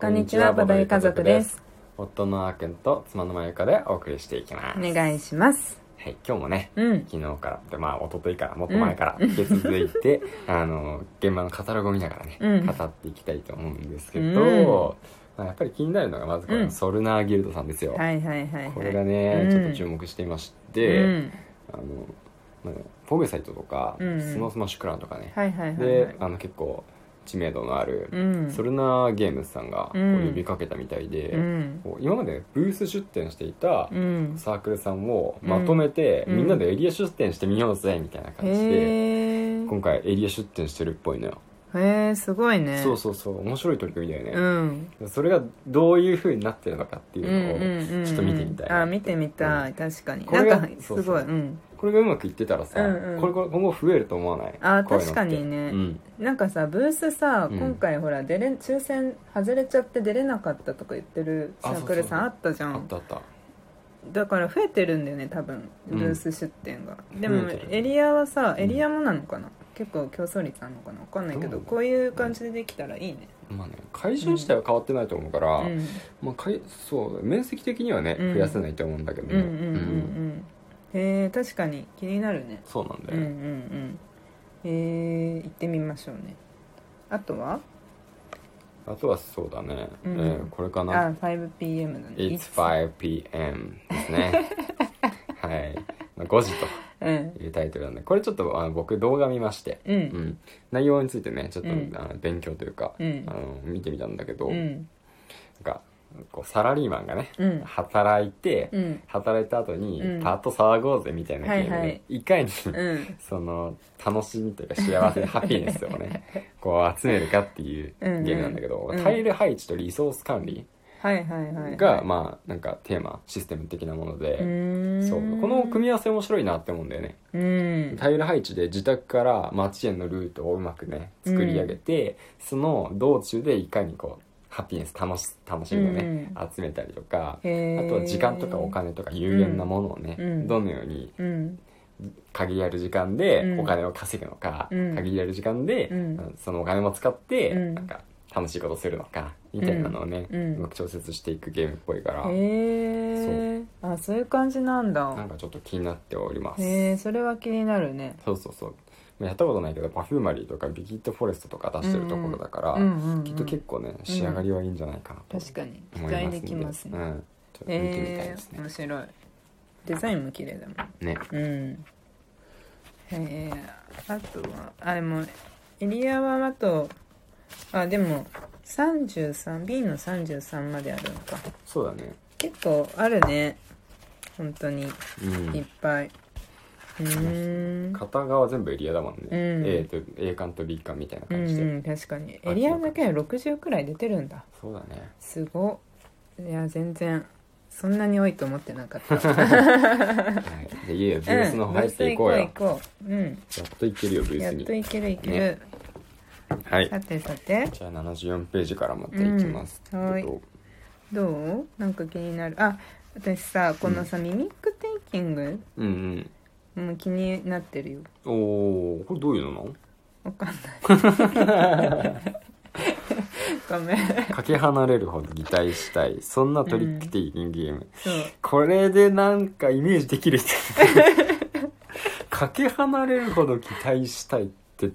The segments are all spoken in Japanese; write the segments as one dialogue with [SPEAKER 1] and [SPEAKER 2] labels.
[SPEAKER 1] こんにちはボドゲ家族です。
[SPEAKER 2] 夫のあーくんと妻のまゆかでお送りしていきます。
[SPEAKER 1] お願いします
[SPEAKER 2] はい、今日もね、
[SPEAKER 1] うん
[SPEAKER 2] 昨日からでまあ一昨日からもっと前から引き続いて、 あの現場のカタログを見ながらね、
[SPEAKER 1] うん
[SPEAKER 2] 語っていきたいと思うんですけど、
[SPEAKER 1] うん
[SPEAKER 2] まあ、やっぱり気になるのがまずこ
[SPEAKER 1] う
[SPEAKER 2] の
[SPEAKER 1] ん
[SPEAKER 2] ソルナーギルドさんですよ、
[SPEAKER 1] はいはいはいはい
[SPEAKER 2] これがね、
[SPEAKER 1] うん
[SPEAKER 2] ちょっと注目していまし
[SPEAKER 1] う
[SPEAKER 2] て、
[SPEAKER 1] ん、
[SPEAKER 2] あのまあねポゲサイトとか、
[SPEAKER 1] うん
[SPEAKER 2] スノースマッシュクラウンとかね、
[SPEAKER 1] はいはいはいはい
[SPEAKER 2] であの結構知名度のある、
[SPEAKER 1] うん
[SPEAKER 2] ソルナーゲームズさんがこ
[SPEAKER 1] うん
[SPEAKER 2] う呼びかけたみたいで、
[SPEAKER 1] うん
[SPEAKER 2] こう今までブース出展していた、
[SPEAKER 1] うん
[SPEAKER 2] サークルさんをまとめて、
[SPEAKER 1] うん
[SPEAKER 2] みんなでエリア出店してみようぜみたいな感じで、
[SPEAKER 1] へえ
[SPEAKER 2] 今回エリア出店してるっぽいのよ、
[SPEAKER 1] へえすごいね
[SPEAKER 2] そうそうそう面白い取り組みだよ
[SPEAKER 1] う
[SPEAKER 2] ね、
[SPEAKER 1] ん
[SPEAKER 2] それがどういうふうになってるのかって
[SPEAKER 1] う
[SPEAKER 2] い
[SPEAKER 1] ん
[SPEAKER 2] う
[SPEAKER 1] う
[SPEAKER 2] のを、
[SPEAKER 1] んうん
[SPEAKER 2] ちょっと見てみたいな
[SPEAKER 1] あ見てみたい確かに
[SPEAKER 2] こ
[SPEAKER 1] な
[SPEAKER 2] れ
[SPEAKER 1] ん
[SPEAKER 2] が
[SPEAKER 1] かす
[SPEAKER 2] そうそ
[SPEAKER 1] ごいう
[SPEAKER 2] うんこれがうまくいってたらさ、
[SPEAKER 1] うんうん
[SPEAKER 2] これこれ今後増えると思わない
[SPEAKER 1] あー
[SPEAKER 2] こういうの
[SPEAKER 1] 確
[SPEAKER 2] って
[SPEAKER 1] かにね
[SPEAKER 2] うん
[SPEAKER 1] なんかさブースさ
[SPEAKER 2] うん
[SPEAKER 1] 今回ほら出れ抽選外れちゃって出れなかったとか言ってるサークルさんあ
[SPEAKER 2] あ
[SPEAKER 1] ったじゃ
[SPEAKER 2] あ
[SPEAKER 1] ん
[SPEAKER 2] ったあった
[SPEAKER 1] だから増えてるんだよね多分ブ
[SPEAKER 2] うん
[SPEAKER 1] ース出店が、で
[SPEAKER 2] 増
[SPEAKER 1] も
[SPEAKER 2] えてる
[SPEAKER 1] エリアはさ
[SPEAKER 2] うん
[SPEAKER 1] エリアもなのかな、結構競争率なのかな分かんないけど
[SPEAKER 2] どうなの
[SPEAKER 1] こういう感じでできたらいいね
[SPEAKER 2] まあね会場自体は変わってないと思うから、
[SPEAKER 1] うん
[SPEAKER 2] まあ、かいそう面積的にはね、
[SPEAKER 1] うん
[SPEAKER 2] 増やせないと思うんだけどね、
[SPEAKER 1] うんうんうん
[SPEAKER 2] う
[SPEAKER 1] うんんへえ確かに気になるね
[SPEAKER 2] そうなんだ
[SPEAKER 1] うん
[SPEAKER 2] よ、
[SPEAKER 1] う
[SPEAKER 2] ね
[SPEAKER 1] んうんへえ行ってみましょうねあとは
[SPEAKER 2] あとはそうだね、
[SPEAKER 1] うん
[SPEAKER 2] えーこれか
[SPEAKER 1] あ
[SPEAKER 2] な
[SPEAKER 1] 5pm だね
[SPEAKER 2] It's 5pm ですね はいまあ5時
[SPEAKER 1] うん
[SPEAKER 2] というタイトルなんでこれちょっとあの僕動画見まして、
[SPEAKER 1] う
[SPEAKER 2] うんん、内容についてねちょっと、
[SPEAKER 1] うん
[SPEAKER 2] あの勉強というか、
[SPEAKER 1] うん
[SPEAKER 2] あの見てみたんだけど、
[SPEAKER 1] う
[SPEAKER 2] なん
[SPEAKER 1] ん
[SPEAKER 2] かこうサラリーマンがね、
[SPEAKER 1] うん
[SPEAKER 2] 働いて、
[SPEAKER 1] うん
[SPEAKER 2] 働いた後に、
[SPEAKER 1] うん
[SPEAKER 2] パート騒ごうぜみたいなゲームで、
[SPEAKER 1] はいいはい
[SPEAKER 2] かに、
[SPEAKER 1] うん
[SPEAKER 2] その楽しみというか幸せハッピーネスを ねこう集めるかっていうゲームなんだけど、
[SPEAKER 1] うんうん
[SPEAKER 2] タイル配置とリソース管理
[SPEAKER 1] はいはいはい
[SPEAKER 2] が、まあなんかテーマシステム的なもので、
[SPEAKER 1] うーん
[SPEAKER 2] そうこの組み合わせ面白いなって思うんだよね、
[SPEAKER 1] うん
[SPEAKER 2] タイル配置で自宅から町へのルートをうまくね作り上げて、その道中でいかにこうハッピネス楽し楽しみをね、集めたりとか
[SPEAKER 1] へー
[SPEAKER 2] あとは時間とかお金とか有限なものをね、
[SPEAKER 1] うん
[SPEAKER 2] どのように
[SPEAKER 1] うん
[SPEAKER 2] 限りある時間
[SPEAKER 1] う
[SPEAKER 2] で
[SPEAKER 1] ん
[SPEAKER 2] お金を稼ぐのか、
[SPEAKER 1] うん
[SPEAKER 2] 限りある時間で、
[SPEAKER 1] うん
[SPEAKER 2] そのお金も使って、
[SPEAKER 1] うん
[SPEAKER 2] なんか楽しいことするのかみたいなのをね、
[SPEAKER 1] うんうん
[SPEAKER 2] うまく調節していくゲームっぽいか
[SPEAKER 1] へ
[SPEAKER 2] ら、
[SPEAKER 1] えあそういう感じなん
[SPEAKER 2] なん
[SPEAKER 1] だ
[SPEAKER 2] かちょっと気になっております。
[SPEAKER 1] へえそれは気になるね
[SPEAKER 2] そうそうそうまあやったことないけどパフューマリーとかビキッドフォレストとか出してるところだから、
[SPEAKER 1] うんうんうん
[SPEAKER 2] きっと結構ね仕上がりはいいんじゃないかなと
[SPEAKER 1] 確かに期
[SPEAKER 2] 思います
[SPEAKER 1] 待
[SPEAKER 2] んで
[SPEAKER 1] できます
[SPEAKER 2] う
[SPEAKER 1] ね
[SPEAKER 2] ん、ちょっと見てみたい
[SPEAKER 1] へ
[SPEAKER 2] です
[SPEAKER 1] え
[SPEAKER 2] ね
[SPEAKER 1] 面、白いデザインも綺麗だもん
[SPEAKER 2] ね
[SPEAKER 1] うんへえあとはあでもエリアはあとあでも 33B の33まであるのか
[SPEAKER 2] そうだね
[SPEAKER 1] 結構あるね本当に
[SPEAKER 2] う
[SPEAKER 1] いっ
[SPEAKER 2] ん
[SPEAKER 1] ぱいうーん
[SPEAKER 2] 片側全部エリアだもんね、
[SPEAKER 1] うん
[SPEAKER 2] A と A 館と B 館みたいな
[SPEAKER 1] うん
[SPEAKER 2] 感じで、
[SPEAKER 1] うん確かにエリアだけは60くらい出てるんだ
[SPEAKER 2] そうだね
[SPEAKER 1] すごっいや全然そんなに多いと思ってなかった
[SPEAKER 2] はいでいいよブースの方入っていこうよ、
[SPEAKER 1] んブース行こう行こううん
[SPEAKER 2] やっといけるよブ
[SPEAKER 1] やっ
[SPEAKER 2] ース
[SPEAKER 1] と
[SPEAKER 2] に
[SPEAKER 1] いけるいける、
[SPEAKER 2] ねはい
[SPEAKER 1] さてさて
[SPEAKER 2] じゃあ74ページからまたいきますけど、
[SPEAKER 1] うんはいどうなんか気になるあ私さこのさ、ミミックテイキング
[SPEAKER 2] うん
[SPEAKER 1] もう気になってるよ
[SPEAKER 2] うんおおこれどういうのなの
[SPEAKER 1] わかんない ごめん
[SPEAKER 2] かけ離れるほど擬態したいそんなトリックテイキングゲーム、
[SPEAKER 1] そう
[SPEAKER 2] これでなんかイメージできる人かけ離れるほど擬態したいって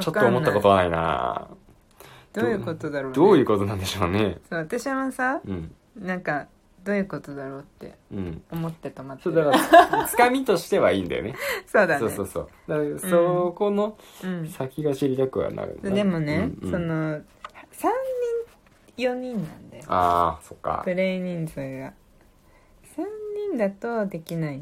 [SPEAKER 2] ちょっと思ったことはないな
[SPEAKER 1] どういうことだろう、ね、
[SPEAKER 2] どういう
[SPEAKER 1] う
[SPEAKER 2] ことなんでしょうね
[SPEAKER 1] そう私もさ
[SPEAKER 2] うん
[SPEAKER 1] なんかどういうことだろうって
[SPEAKER 2] うん
[SPEAKER 1] 思って止まって
[SPEAKER 2] そう
[SPEAKER 1] る
[SPEAKER 2] だからつかみとしてはいいんだよね
[SPEAKER 1] そうだね
[SPEAKER 2] そうそうそうだからそこの
[SPEAKER 1] うん
[SPEAKER 2] 先が知りたくはなるんだ、
[SPEAKER 1] でもね、
[SPEAKER 2] うんうん
[SPEAKER 1] その3人4人なんだよ
[SPEAKER 2] ああそっか
[SPEAKER 1] プレイ人数が3人だとできない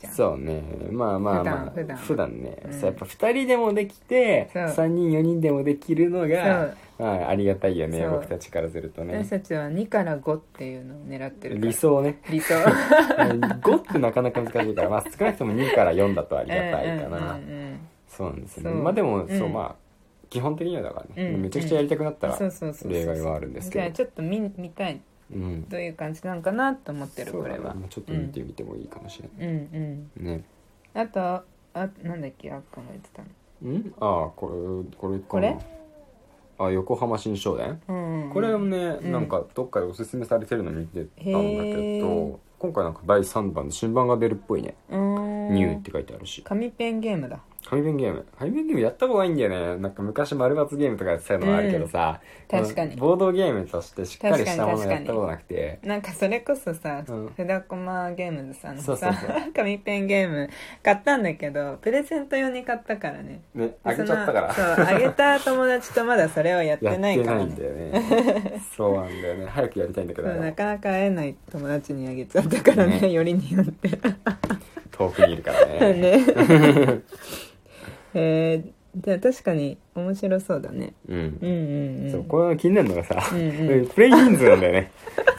[SPEAKER 1] じゃん
[SPEAKER 2] そうねまあまあまあ
[SPEAKER 1] 普段普段
[SPEAKER 2] ね、
[SPEAKER 1] うん
[SPEAKER 2] そうやっぱ2人でもできて
[SPEAKER 1] そう
[SPEAKER 2] 3人4人でもできるのが、まあ、ありがたいよね
[SPEAKER 1] そう
[SPEAKER 2] 僕たちからするとね
[SPEAKER 1] 私たちは2から5っていうのを狙ってるから
[SPEAKER 2] 理想ね
[SPEAKER 1] 理想
[SPEAKER 2] 5ってなかなか難しいから、まあ、少なくとも2から4だとありがたいかな、
[SPEAKER 1] うんうんうん
[SPEAKER 2] そうなんですよね
[SPEAKER 1] そう
[SPEAKER 2] まあでも、
[SPEAKER 1] うん
[SPEAKER 2] そうまあ基本的にはだからね、
[SPEAKER 1] うん
[SPEAKER 2] めちゃくちゃやりたくなった
[SPEAKER 1] うん
[SPEAKER 2] ら
[SPEAKER 1] そうそうそうそう
[SPEAKER 2] 例外はあるんですけど
[SPEAKER 1] じゃあちょっと見見たい
[SPEAKER 2] うん
[SPEAKER 1] どういう感じなのかなと思ってる
[SPEAKER 2] そう
[SPEAKER 1] こ
[SPEAKER 2] だね
[SPEAKER 1] れは
[SPEAKER 2] もうちょっと見てみてもいいかもしれない、
[SPEAKER 1] うんうん
[SPEAKER 2] ね
[SPEAKER 1] あとあなんだっけあっ考えてたの
[SPEAKER 2] んああこれこれかな
[SPEAKER 1] これ
[SPEAKER 2] あ横浜新商店
[SPEAKER 1] うんうん
[SPEAKER 2] ここれをね、
[SPEAKER 1] ん
[SPEAKER 2] なんかどっかでおすすめされてるの見てたんだ
[SPEAKER 1] へ
[SPEAKER 2] け
[SPEAKER 1] ー
[SPEAKER 2] ど今回なんか第3弾の新版が出るっぽいね
[SPEAKER 1] う
[SPEAKER 2] 「
[SPEAKER 1] ーん
[SPEAKER 2] ニュー」って書いてあるし
[SPEAKER 1] 紙ペンゲームだ
[SPEAKER 2] 紙ペンゲーム紙ペンゲームやったことないんだよねなんか昔丸×ゲームとかやってたのはあるけどさ、
[SPEAKER 1] うん確かに
[SPEAKER 2] ボードゲームとしてしっかりしたものやったことなくて
[SPEAKER 1] なんかそれこそさ、
[SPEAKER 2] うん
[SPEAKER 1] ふだこまゲームズさんのさ
[SPEAKER 2] そうそう そ
[SPEAKER 1] 紙ペンゲーム買ったんだけどプレゼント用に買ったからね
[SPEAKER 2] ねあげちゃったから
[SPEAKER 1] そのそうあげた友達とまだそれをやって
[SPEAKER 2] やって
[SPEAKER 1] な
[SPEAKER 2] ない
[SPEAKER 1] から
[SPEAKER 2] いん
[SPEAKER 1] ね
[SPEAKER 2] だよね そうなんだよね早くやりたいんだけ
[SPEAKER 1] そ
[SPEAKER 2] ど
[SPEAKER 1] うなかなか会えない友達にあげちゃったからね
[SPEAKER 2] ね
[SPEAKER 1] よりによって
[SPEAKER 2] 遠くにいるからね
[SPEAKER 1] ねえー、じゃあ確かに面白そうだね
[SPEAKER 2] うん
[SPEAKER 1] うんうんうん
[SPEAKER 2] そうこれが気になるのがさ、
[SPEAKER 1] うんう
[SPEAKER 2] プレイ人数なんだよね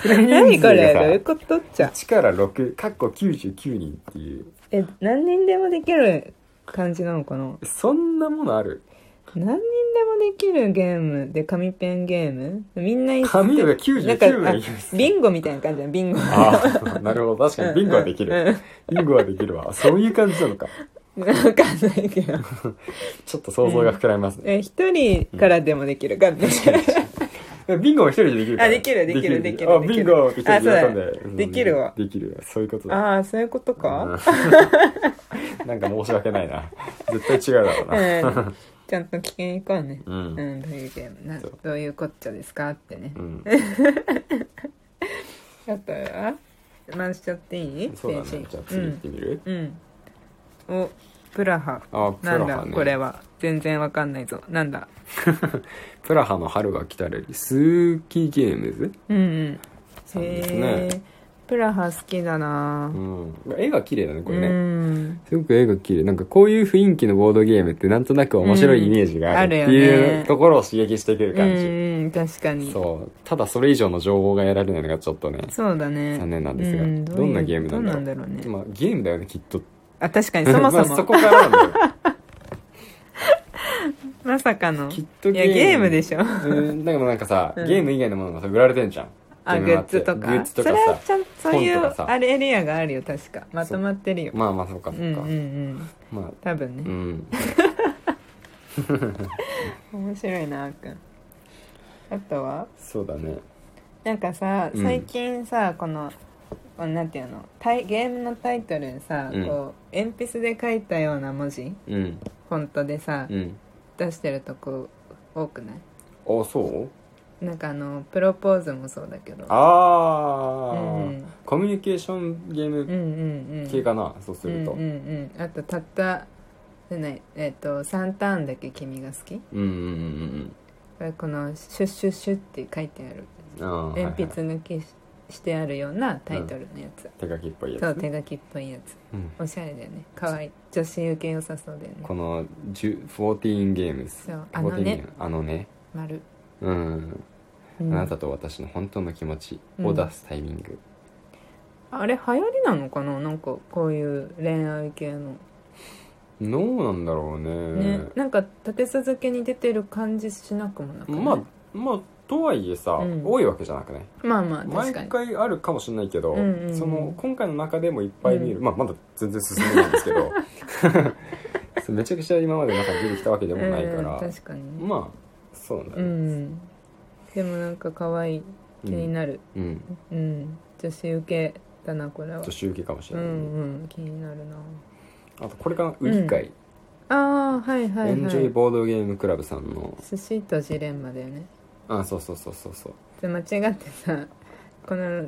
[SPEAKER 2] プレイ 人
[SPEAKER 1] 何
[SPEAKER 2] 数
[SPEAKER 1] これどういう
[SPEAKER 2] が
[SPEAKER 1] ことっち
[SPEAKER 2] さ
[SPEAKER 1] ゃ
[SPEAKER 2] 1から6かっこ99人っていう
[SPEAKER 1] え何人でもできる感じなのかな
[SPEAKER 2] そんなものある
[SPEAKER 1] 何人でもできるゲームで紙ペンゲームみんな一
[SPEAKER 2] 紙が
[SPEAKER 1] なんか
[SPEAKER 2] 99
[SPEAKER 1] あ
[SPEAKER 2] 名いる
[SPEAKER 1] ビンゴみたいな感じだビンゴ
[SPEAKER 2] ああ なるほど確かにビンゴはでき
[SPEAKER 1] うん
[SPEAKER 2] るビンゴはできるわそういう感じなのか
[SPEAKER 1] うんわかんないけど
[SPEAKER 2] ちょっと想像が膨らみますね、
[SPEAKER 1] え一人からでもできるかみたいな
[SPEAKER 2] ビンゴも一人でできるから
[SPEAKER 1] あできるできるできる
[SPEAKER 2] あ
[SPEAKER 1] できる
[SPEAKER 2] ビンゴって一人でやったん
[SPEAKER 1] あ
[SPEAKER 2] で
[SPEAKER 1] そうだ
[SPEAKER 2] うん
[SPEAKER 1] できるわ
[SPEAKER 2] できるわそういうことだ
[SPEAKER 1] ああそういうことか、
[SPEAKER 2] うん なんか申し訳ないな絶対違うだろう
[SPEAKER 1] う
[SPEAKER 2] な、
[SPEAKER 1] ん、ちゃんと聞きに行こうね
[SPEAKER 2] う
[SPEAKER 1] うんん、どういうゲームな
[SPEAKER 2] そう
[SPEAKER 1] どういうこっちゃですかってね
[SPEAKER 2] うん、
[SPEAKER 1] あとは回しちゃっていい
[SPEAKER 2] そうだ
[SPEAKER 1] ペー
[SPEAKER 2] ね
[SPEAKER 1] ジ
[SPEAKER 2] じゃあ次行ってみる、
[SPEAKER 1] うん、うん、おプラハ
[SPEAKER 2] あプ
[SPEAKER 1] な
[SPEAKER 2] ラ
[SPEAKER 1] ん
[SPEAKER 2] ハ
[SPEAKER 1] だ
[SPEAKER 2] ね
[SPEAKER 1] これは全然わかんないぞなんだ
[SPEAKER 2] プラハの春が来たるスーキーゲームズ、
[SPEAKER 1] うんうん
[SPEAKER 2] そうですね
[SPEAKER 1] へえプラハ好きだな
[SPEAKER 2] うん、絵が綺麗だねこれね、
[SPEAKER 1] うん
[SPEAKER 2] すごく絵が綺麗なんかこういう雰囲気のボードゲームってなんとなく面白いイメージがある
[SPEAKER 1] うん
[SPEAKER 2] って
[SPEAKER 1] あるよ
[SPEAKER 2] い
[SPEAKER 1] ね
[SPEAKER 2] うところを刺激してくる
[SPEAKER 1] うん
[SPEAKER 2] 感
[SPEAKER 1] う
[SPEAKER 2] じ、
[SPEAKER 1] ん確かにそう
[SPEAKER 2] そうただそれ以上の情報が得られないのがちょっとね、
[SPEAKER 1] だね
[SPEAKER 2] 残念なんですが
[SPEAKER 1] うんどういう
[SPEAKER 2] どんなゲームなんだろう
[SPEAKER 1] どうなんだろうね、
[SPEAKER 2] まあ、ゲームだよねきっと
[SPEAKER 1] あ確かにそもそ
[SPEAKER 2] ま
[SPEAKER 1] も
[SPEAKER 2] あそこからな んだよ
[SPEAKER 1] まさかの
[SPEAKER 2] きっと
[SPEAKER 1] いやゲームでしょ
[SPEAKER 2] うんだからなんかさ、
[SPEAKER 1] うん
[SPEAKER 2] ゲーム以外のものがさ売られてんじゃん
[SPEAKER 1] あ
[SPEAKER 2] ゲー
[SPEAKER 1] グ
[SPEAKER 2] ムだっ
[SPEAKER 1] ッ
[SPEAKER 2] て
[SPEAKER 1] ズとか
[SPEAKER 2] グッズと
[SPEAKER 1] そ
[SPEAKER 2] か
[SPEAKER 1] れは
[SPEAKER 2] さ
[SPEAKER 1] ちゃんそういう
[SPEAKER 2] 本とかさ
[SPEAKER 1] あれエリアがあるよ確かまとまってるよ、
[SPEAKER 2] まあまあそうかそう
[SPEAKER 1] うん
[SPEAKER 2] か、
[SPEAKER 1] うんうん
[SPEAKER 2] まあ
[SPEAKER 1] 多分
[SPEAKER 2] う
[SPEAKER 1] ね、
[SPEAKER 2] ん
[SPEAKER 1] 面白いなあーくんあとは
[SPEAKER 2] そうだね
[SPEAKER 1] なんかさ
[SPEAKER 2] うん
[SPEAKER 1] 最近さ、このこのなんていうのタイゲームのタイトルにさ、
[SPEAKER 2] うん
[SPEAKER 1] こう鉛筆で書いたような文字
[SPEAKER 2] うん
[SPEAKER 1] フォントでさ、
[SPEAKER 2] うん
[SPEAKER 1] 出してるとこ多くない
[SPEAKER 2] あそう
[SPEAKER 1] なんかあのプロポーズもそうだけど
[SPEAKER 2] ああ、
[SPEAKER 1] うん
[SPEAKER 2] コミュニケーションゲー
[SPEAKER 1] うんう
[SPEAKER 2] ム
[SPEAKER 1] んうん
[SPEAKER 2] 系かな、そうすると
[SPEAKER 1] うんうんうんあとたったじゃないえっ、と3ターンだけ君が好き
[SPEAKER 2] うんうんうん
[SPEAKER 1] これこの「シュッシュッシュ」って書いてある
[SPEAKER 2] うんあー
[SPEAKER 1] 鉛
[SPEAKER 2] はい
[SPEAKER 1] 筆抜きししてあるようなタイトルのやつ、
[SPEAKER 2] はい、手書きっぽいやつ
[SPEAKER 1] そう
[SPEAKER 2] ね
[SPEAKER 1] 手書きっぽいやつ
[SPEAKER 2] うん
[SPEAKER 1] おしゃれだよねかわいい女子受け良さそうだよね
[SPEAKER 2] この10 14ゲームス
[SPEAKER 1] そうあのね
[SPEAKER 2] 14あのね
[SPEAKER 1] 丸、
[SPEAKER 2] うん、
[SPEAKER 1] うん
[SPEAKER 2] あなたと私の本当の気持ちを出すタイミング、
[SPEAKER 1] あれ流行りなのかななんかこういう恋愛系の
[SPEAKER 2] どうなんだろうね
[SPEAKER 1] ねなんか立て続けに出てる感じしなくもなくない
[SPEAKER 2] まあまあとはいえさ、
[SPEAKER 1] うん
[SPEAKER 2] 多いわけじゃなくね
[SPEAKER 1] まあまあ確
[SPEAKER 2] 毎
[SPEAKER 1] かに
[SPEAKER 2] 回あるかもしれないけど、
[SPEAKER 1] うんうんうん
[SPEAKER 2] その今回の中でもいっぱい見る、
[SPEAKER 1] う
[SPEAKER 2] まあ、まだ全然進んでないんですけど そうめちゃくちゃ今までの中に出てきたわけでもないから、
[SPEAKER 1] うん、確かにね
[SPEAKER 2] まあそうなんだ
[SPEAKER 1] う
[SPEAKER 2] ね
[SPEAKER 1] んでもなんか可愛い気になる
[SPEAKER 2] うん、うん、
[SPEAKER 1] うん、女子受けだなこれ
[SPEAKER 2] ちょ
[SPEAKER 1] は
[SPEAKER 2] っと集計かもし
[SPEAKER 1] う
[SPEAKER 2] れな
[SPEAKER 1] ん
[SPEAKER 2] い、
[SPEAKER 1] うん気になるな
[SPEAKER 2] あとこれから売り会、
[SPEAKER 1] ああはいはい
[SPEAKER 2] エン
[SPEAKER 1] は
[SPEAKER 2] ジョイ
[SPEAKER 1] い
[SPEAKER 2] ボードゲームクラブさんの
[SPEAKER 1] 寿司とジレンマだよね
[SPEAKER 2] あそうそうそうそうそう
[SPEAKER 1] で間違ってさこの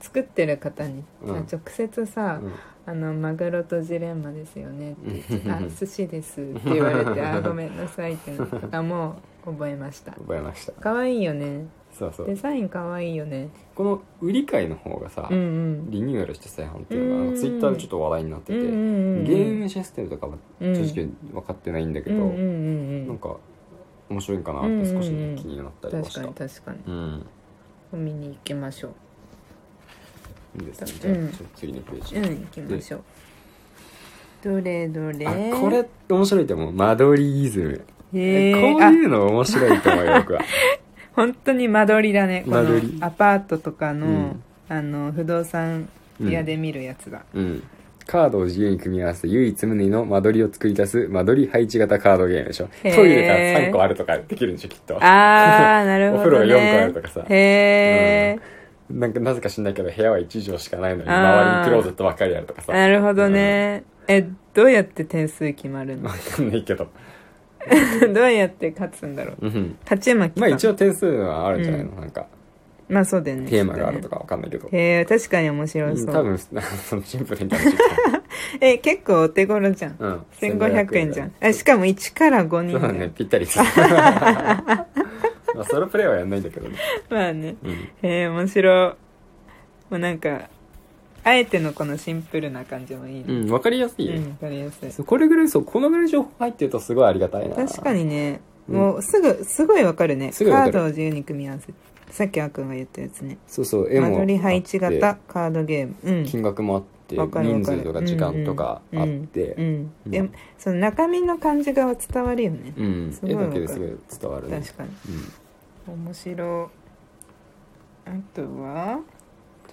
[SPEAKER 1] 作ってる方に、
[SPEAKER 2] うん
[SPEAKER 1] あ直接さ、
[SPEAKER 2] うん
[SPEAKER 1] あの「マグロとジレンマですよね」って言って「あ寿司です」って言われて「あごめんなさい」ってなった からもう覚えました
[SPEAKER 2] 覚えました
[SPEAKER 1] 可愛いよね
[SPEAKER 2] そうそ
[SPEAKER 1] デ
[SPEAKER 2] う
[SPEAKER 1] ザイン可愛いよね
[SPEAKER 2] この売り会の方がさ、
[SPEAKER 1] うんうん
[SPEAKER 2] リニューアルして再販っていう
[SPEAKER 1] う
[SPEAKER 2] の
[SPEAKER 1] ん
[SPEAKER 2] がツイッターでちょっと話題になって
[SPEAKER 1] う
[SPEAKER 2] て、
[SPEAKER 1] んうんうん
[SPEAKER 2] ゲームシステムとかは
[SPEAKER 1] うん
[SPEAKER 2] 正直分かってないんだけ
[SPEAKER 1] うん
[SPEAKER 2] ど、
[SPEAKER 1] うんうんう
[SPEAKER 2] なん
[SPEAKER 1] ん
[SPEAKER 2] か面白いんかなって少しね気になったりは
[SPEAKER 1] 確
[SPEAKER 2] した、
[SPEAKER 1] か
[SPEAKER 2] う
[SPEAKER 1] に
[SPEAKER 2] ん
[SPEAKER 1] 確かに見に行きましょう
[SPEAKER 2] いいですねじゃ
[SPEAKER 1] うん
[SPEAKER 2] あちょっと次のページ、
[SPEAKER 1] うん行きましょうどれどれ
[SPEAKER 2] あこれ面白いと思う間取りイズム、
[SPEAKER 1] へー
[SPEAKER 2] こういうの面白いと思うよ僕は
[SPEAKER 1] 本当に間取りだねこ
[SPEAKER 2] 間
[SPEAKER 1] の
[SPEAKER 2] 取り
[SPEAKER 1] アパートとかの,、
[SPEAKER 2] うん
[SPEAKER 1] あの不動産屋で見るやつだ、
[SPEAKER 2] うんカードを自由に組み合わせて唯一無二の間取りを作り出す間取り配置型カードゲームでしょト
[SPEAKER 1] へー
[SPEAKER 2] イレが3個あるとかできるんでしょきっと
[SPEAKER 1] あ ー、なるほど、ね。
[SPEAKER 2] お風呂が4個あるとかさ
[SPEAKER 1] へ
[SPEAKER 2] なんかなぜか知んないけど部屋は1畳しかないのに
[SPEAKER 1] あー
[SPEAKER 2] 周りにクローゼットばっかりあるとか
[SPEAKER 1] ー、
[SPEAKER 2] さ
[SPEAKER 1] なるほどね。え、どうやって点数決まるの
[SPEAKER 2] わ かんないけど
[SPEAKER 1] どうやって勝つんだろう。
[SPEAKER 2] うん
[SPEAKER 1] 勝ち負けか。
[SPEAKER 2] まあ一応点数はあるんじゃないの、なんか
[SPEAKER 1] まあそうだよね。
[SPEAKER 2] テーマがあると
[SPEAKER 1] か。
[SPEAKER 2] かわかんないけど、
[SPEAKER 1] へえ、確かに面
[SPEAKER 2] う
[SPEAKER 1] 白そ
[SPEAKER 2] ん
[SPEAKER 1] う。
[SPEAKER 2] 多分 そのシンプルに楽しいか
[SPEAKER 1] え、結構お手頃じゃん。
[SPEAKER 2] ら、うん、
[SPEAKER 1] 1500円じゃん。え、しかも1から5
[SPEAKER 2] そ
[SPEAKER 1] 人
[SPEAKER 2] う
[SPEAKER 1] だ
[SPEAKER 2] だ
[SPEAKER 1] よ
[SPEAKER 2] ねぴったりです まあソロプレイはやんないんだけどね、
[SPEAKER 1] まあね。
[SPEAKER 2] うん、
[SPEAKER 1] へえ、面白い。もうなんか、あえてのこのシンプルな感じもいいね。
[SPEAKER 2] うん、わかりやすいよ、
[SPEAKER 1] うん、わかりやすい。
[SPEAKER 2] そうこれぐらいそうこのぐらい情報入ってるとすごいありがたいな
[SPEAKER 1] 確かにね、
[SPEAKER 2] うん
[SPEAKER 1] もうすぐすごいわかるね
[SPEAKER 2] すぐわ
[SPEAKER 1] カ
[SPEAKER 2] か
[SPEAKER 1] ー
[SPEAKER 2] る
[SPEAKER 1] ドを自由に組み合わせさっきあーくんが言ったやつね
[SPEAKER 2] そうそう絵
[SPEAKER 1] 間
[SPEAKER 2] もあっ
[SPEAKER 1] 取
[SPEAKER 2] て
[SPEAKER 1] り配置型カードゲームうん
[SPEAKER 2] 金額もあって
[SPEAKER 1] わかるわ
[SPEAKER 2] 人
[SPEAKER 1] かる
[SPEAKER 2] 数とか時間とかあって
[SPEAKER 1] うん、
[SPEAKER 2] うん
[SPEAKER 1] でその中身の感じが伝わるよね、
[SPEAKER 2] うん、
[SPEAKER 1] すごい
[SPEAKER 2] 絵
[SPEAKER 1] わかる
[SPEAKER 2] だけですごい伝わるね
[SPEAKER 1] 確かに
[SPEAKER 2] うん
[SPEAKER 1] 面白いあとは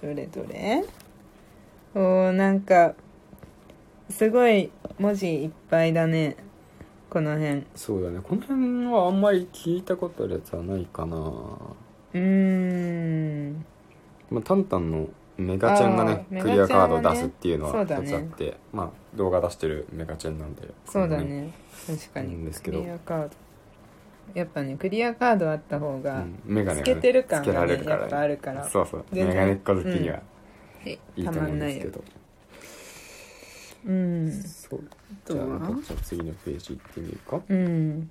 [SPEAKER 1] どれどれおーなんかすごい文字いっぱいだねこの辺う
[SPEAKER 2] そうだねこの辺はあんまり聞いたことあるやつはないかな
[SPEAKER 1] ーん
[SPEAKER 2] まあタンタンのメガチェンがね
[SPEAKER 1] あー
[SPEAKER 2] クリアカード
[SPEAKER 1] メ
[SPEAKER 2] を
[SPEAKER 1] ガチェンはね
[SPEAKER 2] 出すっていうの
[SPEAKER 1] そ
[SPEAKER 2] は
[SPEAKER 1] うだ
[SPEAKER 2] 一
[SPEAKER 1] ね
[SPEAKER 2] つあって、まあ動画出してるメガチェンなんで
[SPEAKER 1] そうだね確か
[SPEAKER 2] う
[SPEAKER 1] に
[SPEAKER 2] んです
[SPEAKER 1] ク
[SPEAKER 2] けど
[SPEAKER 1] リアカードやっぱねクリアカードあった方
[SPEAKER 2] う
[SPEAKER 1] が
[SPEAKER 2] んメガネ
[SPEAKER 1] 透
[SPEAKER 2] が
[SPEAKER 1] け
[SPEAKER 2] ね
[SPEAKER 1] てる感
[SPEAKER 2] つけ
[SPEAKER 1] が
[SPEAKER 2] ら
[SPEAKER 1] ね
[SPEAKER 2] れるか
[SPEAKER 1] やっぱ
[SPEAKER 2] ら
[SPEAKER 1] あ
[SPEAKER 2] ね
[SPEAKER 1] るから
[SPEAKER 2] そうそう
[SPEAKER 1] 全然
[SPEAKER 2] メガネっ子好きには
[SPEAKER 1] え
[SPEAKER 2] いいと
[SPEAKER 1] た
[SPEAKER 2] 思
[SPEAKER 1] ま
[SPEAKER 2] うん
[SPEAKER 1] んな
[SPEAKER 2] で
[SPEAKER 1] い
[SPEAKER 2] すけ
[SPEAKER 1] よ
[SPEAKER 2] ど、
[SPEAKER 1] うん
[SPEAKER 2] そう
[SPEAKER 1] あと
[SPEAKER 2] じゃあ
[SPEAKER 1] は
[SPEAKER 2] なんか次のページ行ってみるか
[SPEAKER 1] うん